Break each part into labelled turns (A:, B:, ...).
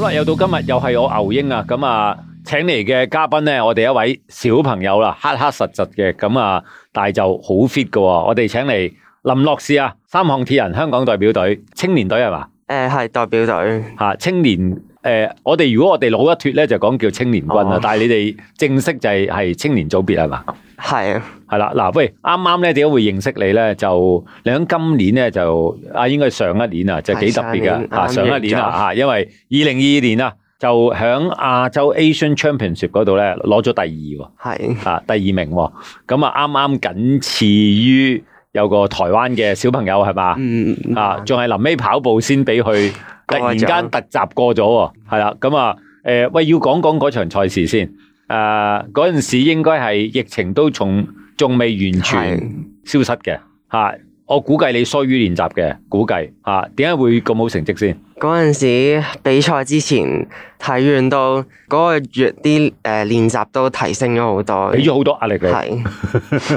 A: 啦，又到今日又係我牛英啊，咁啊，請嚟嘅嘉賓咧，我哋一位小朋友啦，黑黑實實嘅，咁啊，但係就好 fit 嘅喎，我哋請嚟林樂士啊，三項鐵人香港代表隊青年隊係嘛
B: 诶，系呃代表隊，
A: 吓，青年诶、呃我哋如果我哋老一脱咧，就講叫青年軍啊，
B: 哦
A: 但係你哋正式就係係青年組別係嘛？
B: 係啊
A: 係啦，嗱，喂，啱啱咧點解會認識你咧？就你喺今年咧就啊，應該上一年啊，就幾特別
B: 係
A: 嘅啊，上
B: 上年
A: 一年
B: 啱
A: 啊
B: 啱
A: 嚇，因為二零二二年啊，就喺亞洲 Asian Championship 嗰度咧攞咗第二喎，
B: 係
A: 啊第二名喎，咁啊啱啱僅次於有個台灣嘅小朋友係嘛？
B: 嗯
A: 啊，仲係臨尾跑步先俾佢突
B: 過咗
A: 然間突襲過咗喎，係啦，咁啊，誒喂，要講講嗰場賽事先，誒嗰陣時應該係疫情都仲仲未完全
B: 係
A: 消失嘅嚇、啊我估計你疏於練習嘅，估計嚇點解會咁好成績先？
B: 嗰阵时比賽之前睇完到嗰個月啲诶练习都提升咗好多，
A: 俾咗好多壓力你，
B: 係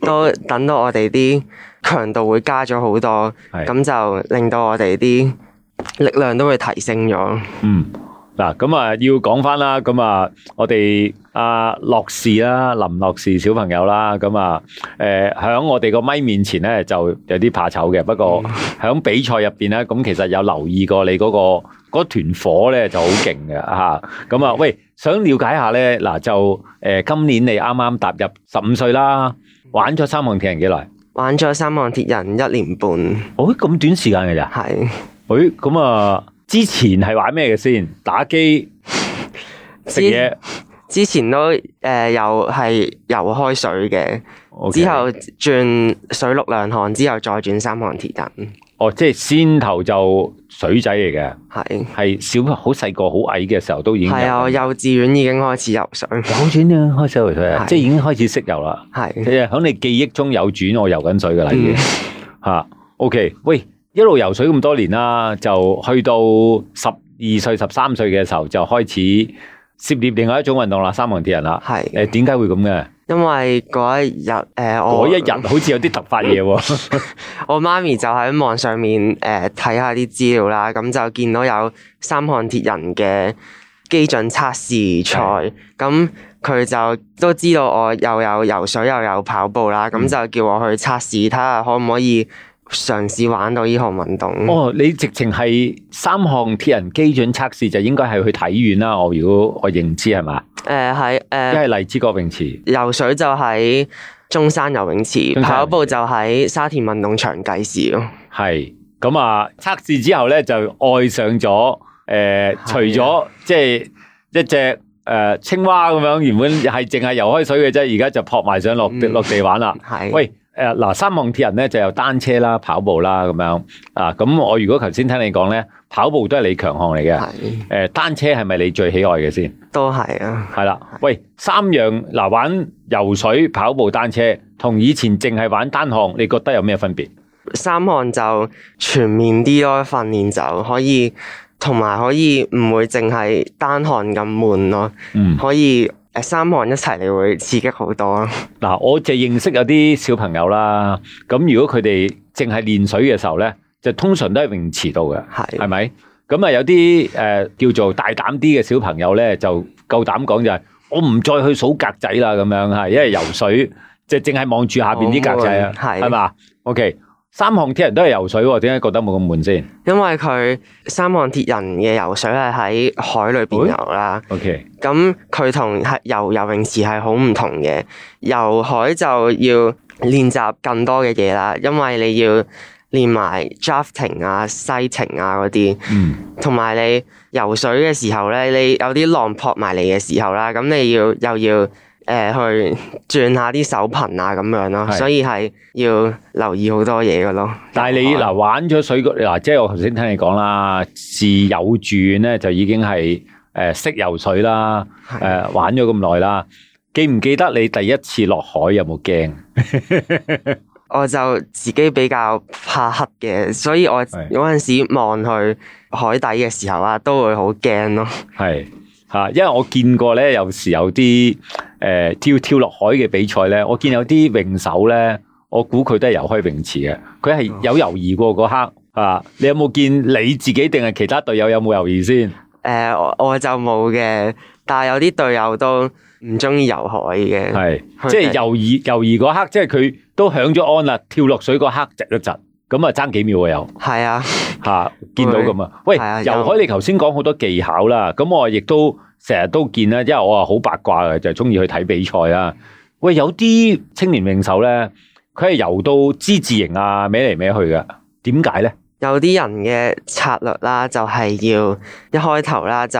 B: 都等到我哋啲強度會加咗好多，
A: 係
B: 咁就令到我哋啲力量都會提升咗。
A: 嗯。嗱，咁啊，要講翻啦，咁啊，我哋阿樂士啦，林樂士小朋友啦，咁啊，誒、喺我哋個咪面前咧，就有啲怕醜嘅，不過。喺比賽入邊咧，咁其實有留意過你嗰、個嗰團火咧就好勁嘅嚇。咁啊，喂，想了解下咧，嗱就誒、呃今年你啱啱踏入十五歲啦，玩咗三項鐵人幾耐？
B: 玩咗三項鐵人一年半，
A: 哦，咁短時間嘅咋？
B: 係
A: 誒、咁啊，之前係玩咩嘅先？打機、食嘢。
B: 之前都诶有係游開水嘅。
A: OK
B: 之後轉水陸兩項，之後再轉三項鐵嗯人，
A: 哦，即係先頭就水仔嚟嘅，
B: 係
A: 係小好細個好矮嘅時候都已經
B: 係啊！我幼稚園已經開始游水，
A: 有錢啊，開始游水啊，
B: 係
A: 即係已經開始識游啦。
B: 係
A: 其實喺你記憶中有轉，我游緊水噶啦，已經
B: 嗯
A: 嚇。OK，喂，一路游水咁多年啦，就去到十二歲、十三歲嘅時候就開始涉獵另外一種運動啦，三項鐵人啦。
B: 係，
A: 誒點解會咁嘅？
B: 因為嗰一日誒、呃
A: 嗰
B: 我
A: 一日好似有啲突發嘢喎。
B: 我媽咪就喺網上面誒睇下啲資料啦，咁就見到有三項鐵人嘅基準測試賽，咁佢就都知道我又有游水又有跑步啦，咁
A: 嗯
B: 就叫我去測試睇下可唔可以嘗試玩到呢項運動。
A: 哦，你直情係三項鐵人基準測試就應該係去體院啦。我如果我認知係嘛，
B: 誒喺
A: 一
B: 誒。
A: 係荔枝角泳池。
B: 游水就喺中山游泳池，
A: 中山游泳池
B: 跑步就喺沙田運動場計時咯。
A: 係咁啊！測試之後咧，就愛上咗诶、呃
B: 係啊
A: 除咗即係一隻诶、呃青蛙咁樣，原本係淨係游開水嘅啫，而家就撲埋上落地
B: 嗯
A: 落地玩啦。
B: 係，
A: 喂，诶、嗱，三項鐵人咧就有單車啦、跑步啦咁樣啊。咁我如果頭先聽你講咧，跑步都係你強項嚟嘅。
B: 係
A: 诶、單車係咪你最喜愛嘅先？
B: 都係啊。
A: 係啦，喂，三樣嗱、玩游水、跑步、單車，同以前淨係玩單項，你覺得有咩分別？
B: 三項就全面啲咯，訓練就可以，同埋可以唔會淨係單項咁悶咯，
A: 嗯。
B: 可以誒三項一齊你會刺激好多咯。
A: 嗱，我就認識有啲小朋友啦，咁如果佢哋淨係練水嘅時候咧，就通常都係泳池度嘅，係
B: 係
A: 咪？咁啊有啲誒、呃叫做大膽啲嘅小朋友咧，就夠膽講就係、我唔再去數格仔啦咁樣嚇，因為游水就淨係望住下邊啲格仔啊，
B: 好悶係
A: 係嘛？OK，三項鐵人都係游水喎，點解覺得冇咁悶先
B: 因為佢三項鐵人嘅游水係喺海裏邊游啦。
A: ？OK，
B: 咁佢同係游游泳池係好唔同嘅，游海就要練習更多嘅嘢啦，因為你要練埋 drafting 啊、sighting 啊嗰啲，
A: 嗯，
B: 同埋你游水嘅時候咧，你有啲浪撲埋嚟嘅時候啦，咁你要又要誒、呃去轉下啲手頻啊咁樣咯，
A: 係
B: 所以係要留意好多嘢嘅咯。
A: 但係你嗱玩咗水嗰嗱，即係我頭先聽你講啦，自幼住院咧就已經係誒、呃、識游水啦。誒、
B: 係
A: 玩咗咁耐啦，記唔記得你第一次落海有冇驚？
B: 我就自己比較怕黑嘅，所以我
A: 係
B: 嗰陣時望去海底嘅時候啊，都會好驚咯。
A: 係嚇、因為我見過咧，有時有啲誒、呃跳跳落海嘅比賽咧，我見有啲泳手咧，我估佢都係游開泳池嘅，佢係有猶豫過嗰刻。啊！你有冇見你自己定係其他隊友有冇猶豫先？
B: 誒、誒呃我我就冇嘅，但係有啲隊友都唔中意游海嘅，
A: 係
B: 佢
A: 即係
B: 哋
A: 猶豫猶豫嗰刻，即係佢都響咗安啦，跳落水嗰刻窒一窒，咁啊爭幾秒啊又。
B: 係啊，
A: 吓、見到咁啊！喂，
B: 係啊
A: 游
B: 有
A: 海你頭先講好多技巧啦，咁我亦都成日都見啦，因為我啊好八卦嘅，就中意去睇比賽啦。喂，有啲青年泳手咧，佢係游到之字形啊，歪嚟歪去嘅，點解咧？
B: 有啲人嘅策略啦，就係要一開頭啦就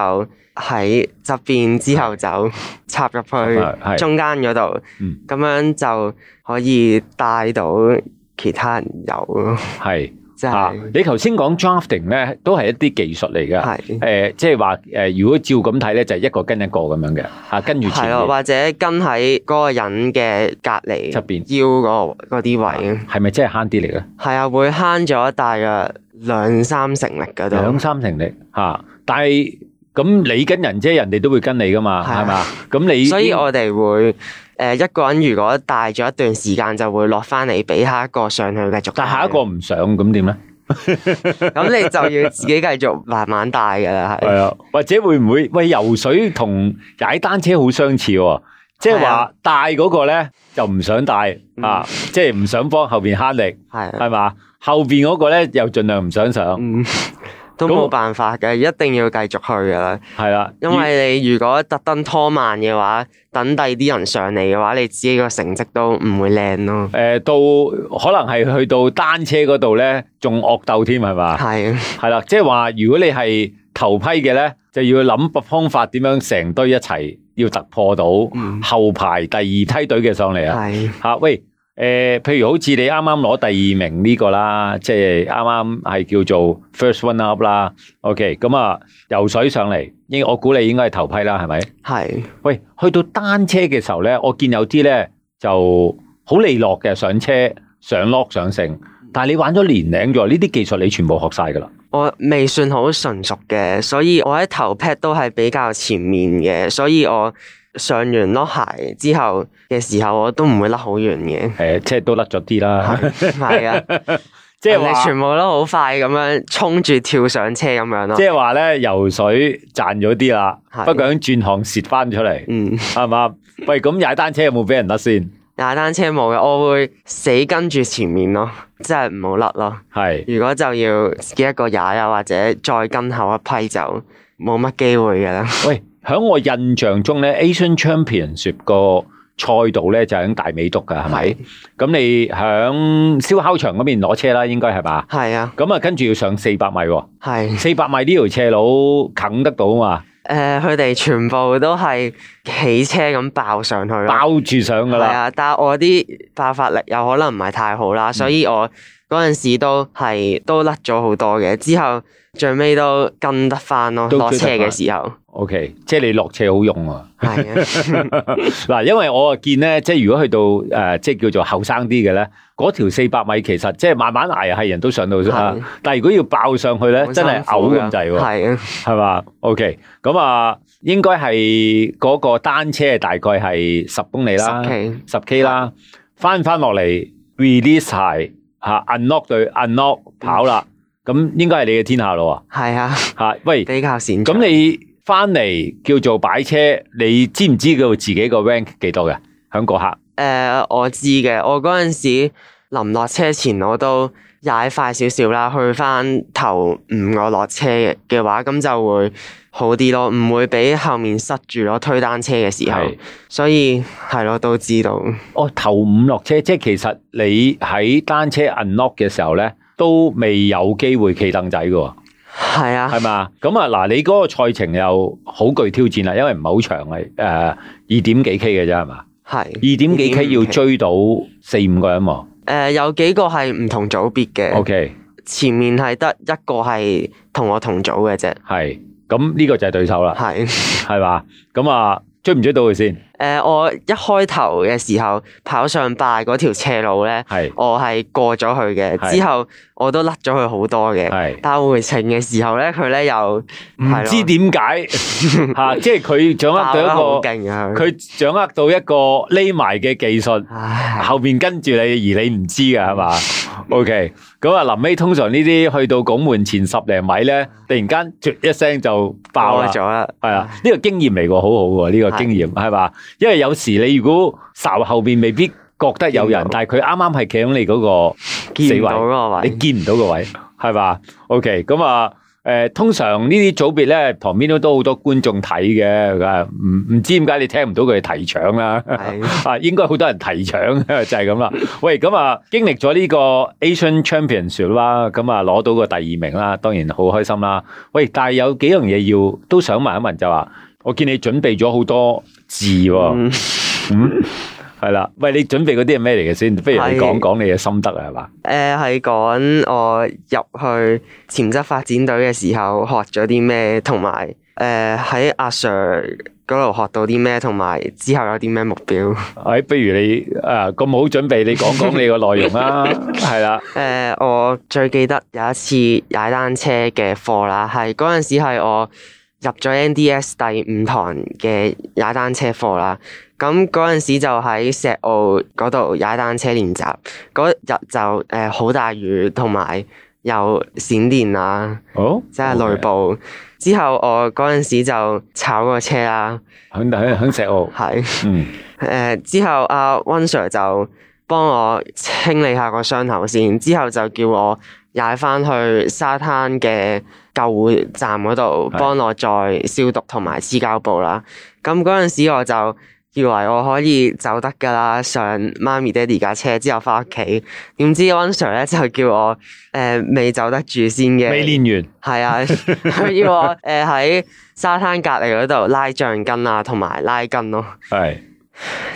B: 喺側邊之後就插入去
A: 係
B: 中間嗰度
A: 嗯，
B: 咁樣就可以帶到其他人游咯，
A: 係
B: 即
A: 啊
B: 係！
A: 你頭先講 drafting 咧，都係一啲技術嚟嘅。
B: 係。
A: 誒、即係話誒，如果照咁睇咧，就係一個跟一個咁樣嘅，啊，跟住前
B: 係咯，
A: 面
B: 或者跟喺嗰個人嘅隔離
A: 側邊
B: 腰嗰個嗰啲位，
A: 係咪真係慳啲嚟嘅？
B: 係啊，會慳咗大約兩三成力嗰
A: 兩
B: 度。
A: 三成力嚇、啊但係咁你跟人啫，人哋都會跟你噶嘛，
B: 係啊
A: 係嘛？咁你
B: 所以我哋會誒一個人如果大咗一段時間，就會落翻嚟俾下一個上去繼續帶。
A: 但下一個唔上咁點咧？
B: 咁你就要自己繼續慢慢帶㗎啦， 係。
A: 啊，或者會唔會喂游水同踩單車好相似喎、即係
B: 係
A: 話
B: 啊
A: 帶嗰個咧就唔想帶
B: 嗯
A: 啊，即係唔想幫後邊慳力
B: 係啊，
A: 係嘛？後邊嗰個咧又盡量唔想上，
B: 嗯，都
A: 咁
B: 冇辦法嘅，一定要繼續去㗎啦。
A: 係啦、
B: 因為你如果特登拖慢嘅話，等第啲人上嚟嘅話，你自己個成績都唔會靚咯。
A: 誒、到可能係去到單車嗰度咧，仲惡鬥添係嘛？
B: 係啊。
A: 系啦，即系话如果你系头批嘅咧，就要谂方法点样成堆一齐要突破到
B: 嗯
A: 后排第二梯队嘅上嚟啊！
B: 系
A: 吓喂，诶、譬如好似你啱啱攞第二名呢个啦，即系啱啱系叫做 first one up 啦。OK，咁啊，游水上嚟，应我估你应该系头批啦，系咪？
B: 系
A: 喂，去到單車嘅時候咧，我見有啲咧就好利落嘅上車、上 lock、上成，但係你玩咗年零咗，呢啲技術你全部學晒㗎啦。
B: 我未算好純熟嘅，所以我喺頭 pat 都係比較前面嘅，所以我上完攞鞋之後嘅時候，我都唔會甩好遠嘅。
A: 誒、即係都甩咗啲啦，
B: 係啊，
A: 即係
B: 你
A: 話，
B: 全部都好快咁樣衝住跳上車咁樣咯
A: 即。係話咧，游水賺咗啲啦，
B: 係
A: 不過喺轉行蝕翻出嚟，
B: 嗯，
A: 係嘛？喂，咁踩單車有冇俾人甩先？
B: 踩單車冇嘅，我會死跟住前面咯，即係唔好甩咯。
A: 係
B: 如果就要自己一個踩啊，或者再跟後一批就冇乜機會嘅啦。
A: 喂，喺我印象中咧，Asian Championship 個賽道咧就喺大美督㗎，係咪？咁你喺燒烤場嗰邊攞車啦，應該係嘛？
B: 係啊，
A: 咁啊，跟住要上四百米喎、
B: 係。
A: 四百米呢條斜路啃得到嘛？
B: 誒，呃佢哋全部都係起車咁爆上去咯，
A: 包住上噶
B: 係
A: 啦，
B: 啊！但係我啲爆發力有可能唔係太好
A: 嗯
B: 啦，所以我嗰陣時都係都甩咗好多嘅，之後最尾都跟得翻咯，
A: 都
B: 落
A: 追得
B: 車
A: 返
B: 嘅時候
A: OK，即係你落斜好用啊！
B: 係啊，
A: 嗱，因為我啊見咧，即係如果去到誒、呃即係叫做後生啲嘅咧，嗰條四百米其實即係慢慢捱係人都上到啊
B: 係
A: 但係如果要爆上去 咧，真係
B: 啊好
A: 嘔
B: 辛苦
A: 咁滯
B: 㗎
A: 喎，
B: 係啊，
A: 係嘛？OK，咁啊，應該係嗰個單車大概係十公里啦
B: 十，K
A: 十 K 啦，翻翻落嚟 release 鞋嚇 unlock 對 unlock 跑啦，咁應該係你嘅天下咯
B: 係啊，
A: 喎嚇，喂！
B: 比較擅長。
A: 咁你翻嚟叫做擺車，你知唔知道自己個 rank 幾多嘅？響嗰刻
B: 誒、呃我知嘅，我嗰陣時臨落車前我都踩快少少啦，去翻頭五我落車嘅嘅話，咁就會好啲咯，唔會俾後面塞住咯，推單車嘅時候
A: 係，
B: 所以係咯，都知道
A: 哦，頭五落車，即係其實你喺單車 unlock 嘅時候咧，都未有機會企凳仔嘅喎，
B: 係啊，
A: 係嘛？咁啊嗱，你嗰個賽程又好具挑戰啦，因為唔係好長啊，誒二點幾 K 嘅啫係嘛？
B: 係
A: 二點幾 K 要追到四五個人喎
B: 誒、有幾個係唔同組別嘅
A: ，OK
B: 前面係得一個係同我同組嘅啫，
A: 係，咁呢個就係對手啦，
B: 係。
A: 係嘛？咁啊追唔追到佢先？
B: 誒、我一開頭嘅時候跑上拜嗰條斜路咧，
A: 係
B: 我係過咗佢嘅，
A: 係
B: 之後我都甩咗佢好多嘅。
A: 係。
B: 但回程嘅時候咧，佢咧又
A: 唔知點 解吓，即係佢掌握
B: 爆得好
A: 到一
B: 勁啊！
A: 個，
B: 佢
A: 佢掌握到一個匿埋嘅技術，
B: 唉，
A: 後边跟住你而你唔知嘅係嘛 O K，咁啊，臨尾通常呢啲去到拱門前十零米咧，突然間啜一聲就爆啦，
B: 咗啦，
A: 係啊，呢個經驗嚟過，好好喎，呢個經驗係嘛？因為有時你如果睄後邊未必覺得有人
B: 見到，
A: 但係佢啱啱係企喺你嗰個，
B: 見唔到嗰個
A: 你
B: 位，
A: 見唔到個位，係嘛？O K，咁啊。誒、通常呢啲組別咧，旁邊都都好多觀眾睇嘅，啊唔唔知點解你聽唔到佢哋提搶啦。
B: 係
A: 啊，應該好多人提搶 就係咁啦。喂，咁啊，經歷咗呢個 Asian Championship 啦，咁啊攞到個第二名啦，當然好開心啦。喂，但係有幾樣嘢要都想問一問就話，我見你準備咗好多字喎，
B: 嗯
A: 嗯，係啦。喂，你準備嗰啲係咩嚟嘅先？不如你
B: 係
A: 講講你嘅心得啊，係嘛？
B: 誒係講我入去潛質發展隊嘅時候學咗啲咩，同埋誒喺阿 Sir 嗰度學到啲咩，同埋之後有啲咩目標。
A: 誒，不如你啊咁好準備，你講講你個內容啦， 係啦，
B: 誒、呃我最記得有一次踩單車嘅課啦，係嗰陣時係我入咗 NDS 第五堂嘅踩單車課啦。咁嗰陣時就喺石澳嗰度踩單車練習，嗰日就誒好、大雨，同埋有閃電啊，
A: 好，
B: 即係雷暴。之後我嗰陣時就炒個車啦，
A: 響響響石澳，
B: 係。
A: 嗯，
B: 誒、呃之後阿温 Sir 就幫我清理下個傷口先，之後就叫我踩翻去沙灘嘅救護站嗰度
A: 係
B: 幫我再消毒同埋黐膠布啦。咁嗰陣時我就以為我可以走得㗎啦，上媽咪爹哋架車之後翻屋企，點知温 Sir 咧就叫我誒、未走得住先嘅，
A: 未練完。
B: 係啊，佢要我誒喺、沙灘隔離嗰度拉橡筋啊，同埋拉筋咯。
A: 係，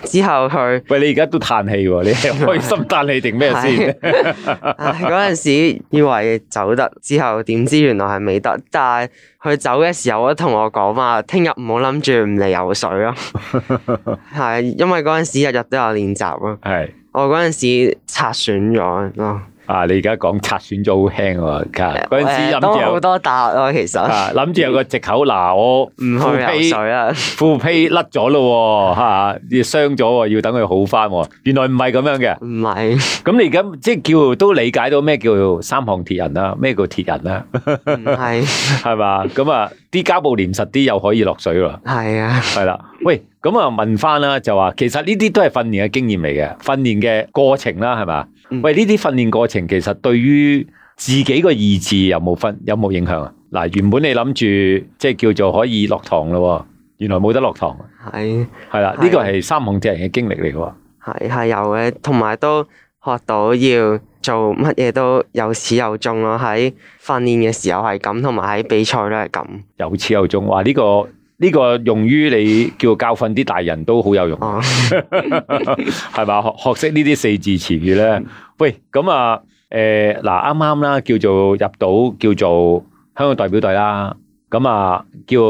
B: 之後佢。
A: 喂，你而家都嘆氣喎，你係 開心嘆氣定咩先？
B: 唉，啊嗰阵时以為走得之後，點知原來係未得。但係佢走嘅時候，都同我講話，聽日唔好諗住唔嚟游水咯。 係因為嗰阵时日日都有練習咯。
A: 係
B: 我嗰阵时擦損咗咯，
A: 啊，你而家講拆損咗好輕喎，其實嗰陣時諗
B: 誒都
A: 住
B: 好
A: 有
B: 多笪咯，其實
A: 啊諗住有個藉口，嗱我
B: 唔去游水啊啦。
A: 副胚甩咗咯喎，嚇要傷咗喎，要等佢好翻喎。原來唔係咁樣嘅，
B: 唔係，
A: 咁你而家即係叫都理解到咩叫三項鐵人啦，咩叫鐵人啦，
B: 唔係，
A: 係嘛？咁啊，啲膠布黏實啲又可以落水喎。
B: 係啊，
A: 系啦，喂，咁啊問翻啦，就話其實呢啲都係訓練嘅經驗嚟嘅，訓練嘅過程啦，係嘛？
B: 嗯
A: 喂，呢啲訓練過程其實對於自己個意志有冇分有冇影響啊？嗱，原本你諗住即係叫做可以落堂咯，原來冇得落堂，啊
B: 係
A: 係啦，
B: 係
A: 呢個係三項鐵人嘅經歷嚟嘅喎。
B: 係係有嘅，同埋都學到要做乜嘢都有始有終咯。喺訓練嘅時候係咁，同埋喺比賽都係咁。
A: 有始有終，哇！呢、個呢、個用於你叫教訓啲大人都好有用，
B: 哦，
A: 係嘛？學學識呢啲四字詞語
B: 嗯
A: 咧，喂，咁啊，誒嗱，啱啱啦，叫做入到叫做香港代表隊啦，咁啊，叫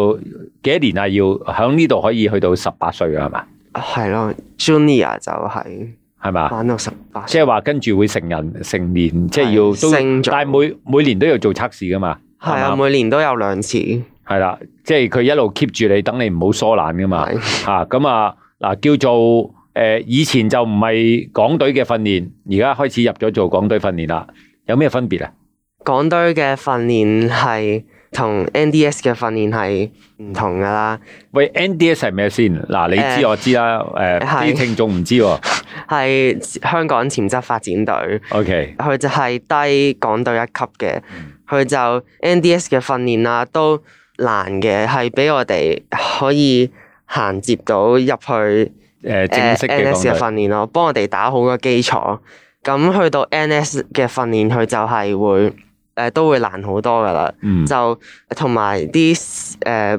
A: 幾多年啊？要喺呢度可以去到十八歲啊㗎係嘛？
B: 係咯，Junior 就係
A: 係嘛？
B: 玩到十八
A: 即係話跟住會成人成年，即係
B: 哦係
A: 要都，
B: 升咗
A: 但係每每年都要做測試㗎嘛？
B: 係啊，
A: 係嘛
B: 每年都有兩次，
A: 係啦，即係佢一路 keep 住你，等你唔好疏懶㗎嘛。
B: 係
A: 吓咁啊嗱，叫做诶、呃以前就唔係港隊嘅訓練，而家開始入咗做港隊訓練啦。有咩分別啊？
B: 港隊嘅訓練係同 NDS 嘅訓練係唔同㗎啦，
A: 喂，NDS 係咩先？嗱，你知
B: 誒
A: 我知啦，诶、
B: 係
A: 啲聽眾唔知喎。
B: 係香港潛質發展隊，
A: OK，
B: 佢就係低港隊一級嘅，
A: 嗯
B: 佢就 NDS 嘅訓練啊都難嘅，係俾我哋可以衔接到入去。
A: 诶、正式嘅
B: NS 嘅
A: 港
B: 訓練咯，幫我哋打好個基礎。咁去到 NS 嘅訓練，佢就係會誒、呃都會難好多噶啦。
A: 嗯
B: 就同埋啲誒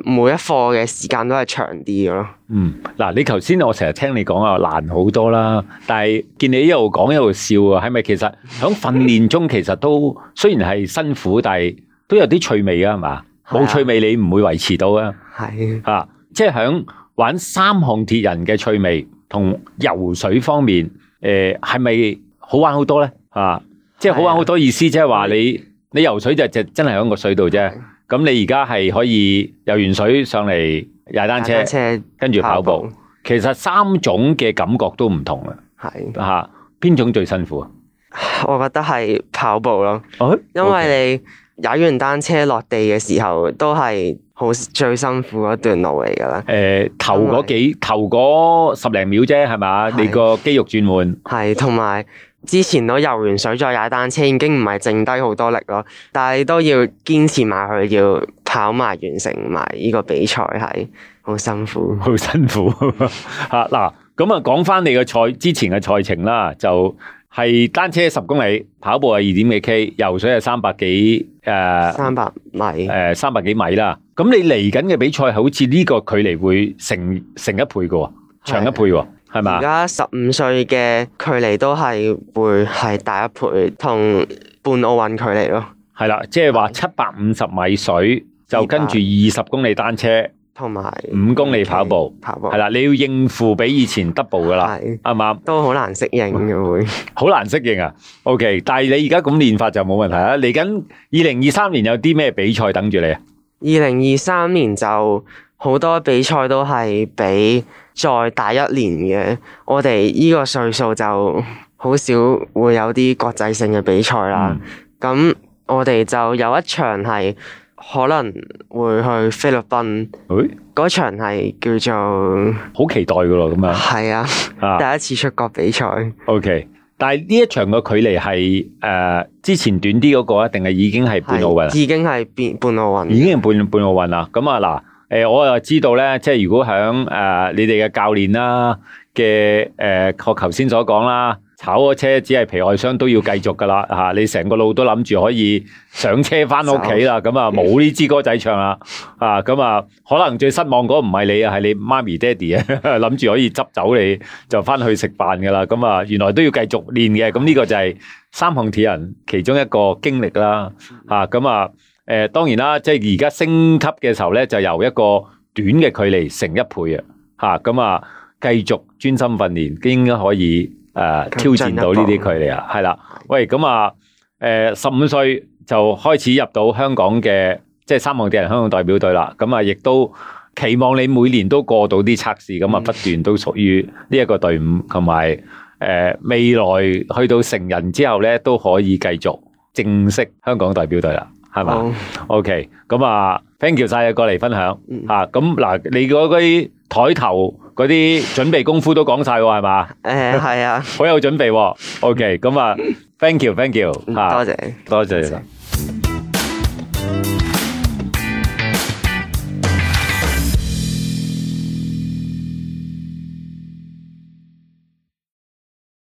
B: 每一課嘅時間都係長啲嘅咯。
A: 嗯，嗱，你頭先我成日聽你講啊，難好多啦，但係見你一路講一路笑啊，係咪其實喺訓練中其實都雖然係辛苦，但係都有啲趣味啊，係嘛？
B: 係
A: 冇
B: 啊
A: 趣味你唔會維持到啊。
B: 係
A: 啊，即係響玩三項鐵人嘅趣味同游水方面，诶係咪好玩好多咧？啊，即係好玩好多意思，即係話你你游水就就真係響個水度啫。咁你而家係可以游完水上嚟踩單車，
B: 車
A: 跟住跑步。其實三種嘅感覺都唔同啊。
B: 係
A: 吓邊種最辛苦啊？
B: 我覺得係跑步咯，
A: 哦
B: 因為你踩完單車落地嘅時候，都係好最辛苦嗰段路嚟㗎啦。
A: 诶、頭嗰幾頭嗰十零秒啫，係嘛？
B: 係
A: 你 個肌肉轉換，
B: 係，同埋之前都游完水再踩單車，已經唔係剩低好多力咯，但係都要堅持埋去，要跑埋完成埋呢個比賽係好辛苦。
A: 好辛苦吓嗱。咁啊，講翻你個賽之前嘅賽程啦，就係單車十公里，跑步係二點幾 K，游水係三百幾诶
B: 三百米
A: 诶三百幾米啦。咁你嚟緊嘅比賽，好似呢個距離會成成一倍嘅喎，長一倍喎，係嘛
B: 而？家十五歲嘅距離都係會係大一倍，同半奧運距離咯，
A: 係啦，即係話七百五十米水，就跟住二十公里單車，
B: 同埋
A: 五公里跑步，
B: 跑步
A: 係啦，你要應付比以前 double 噶啦，
B: 係
A: 啱唔啱？
B: 都好難適應嘅會。
A: 好難適應啊。OK，但係你而家咁練法就冇問題啦。嚟緊二零二三年有啲咩比賽等住你啊？
B: 二零二三年就好多比賽都係比再大一年嘅，我哋呢個歲數就好少會有啲國際性嘅比賽啦。
A: 嗯
B: 咁、我哋就有一場係可能會去菲律賓，
A: 誒，
B: 嗰場係叫做
A: 好期待噶咯，咁啊
B: 係啊，
A: 啊
B: 第一次出國比賽。
A: ，OK。但係呢一場嘅距離係誒、呃之前短啲嗰個啊，定係已經係半奧運啊
B: 係？已經係變半奧
A: 已
B: 運，
A: 經係半半奧運啦。咁啊嗱，誒、我又知道咧，即係如果響誒、呃你哋嘅教練啦嘅誒，我頭先所講啦，炒咗車只係皮外傷都要繼續噶啦嚇，你成個路都諗住可以上車翻屋企啦，咁啊冇呢支歌仔唱啦啊，咁啊可能最失望嗰個唔係你啊，係你媽咪爹哋啊， 諗住可以執走你就翻去食飯噶啦，咁啊原來都要繼續練嘅，咁呢個就係三項鐵人其中一個經歷啦嚇，咁啊誒、當然啦，即係而家升級嘅時候咧，就由一個短嘅距離成一倍啊，嚇咁啊，繼續專心訓練，應該可以誒、呃挑
B: 更進一
A: 戰
B: 步
A: 到呢啲距離啊，係啦。喂，咁啊，誒十五歲就開始入到香港嘅即係三項鐵人香港代表隊啦，咁啊，亦都期望你每年都過到啲測試，咁啊
B: 嗯
A: 不斷都屬於呢一個隊伍，同埋誒未來去到成人之後咧，都可以繼續正式香港代表隊啦，係嘛？
B: 好
A: OK，咁啊，thank you 晒你過嚟分享
B: 嗯
A: 吓。咁嗱、你嗰啲台頭嗰啲準備功夫都講晒喎，係嘛？
B: 誒係啊，
A: 好有準備喎。OK，咁啊，thank you，thank you 吓，
B: 多謝。
A: 多謝你啦。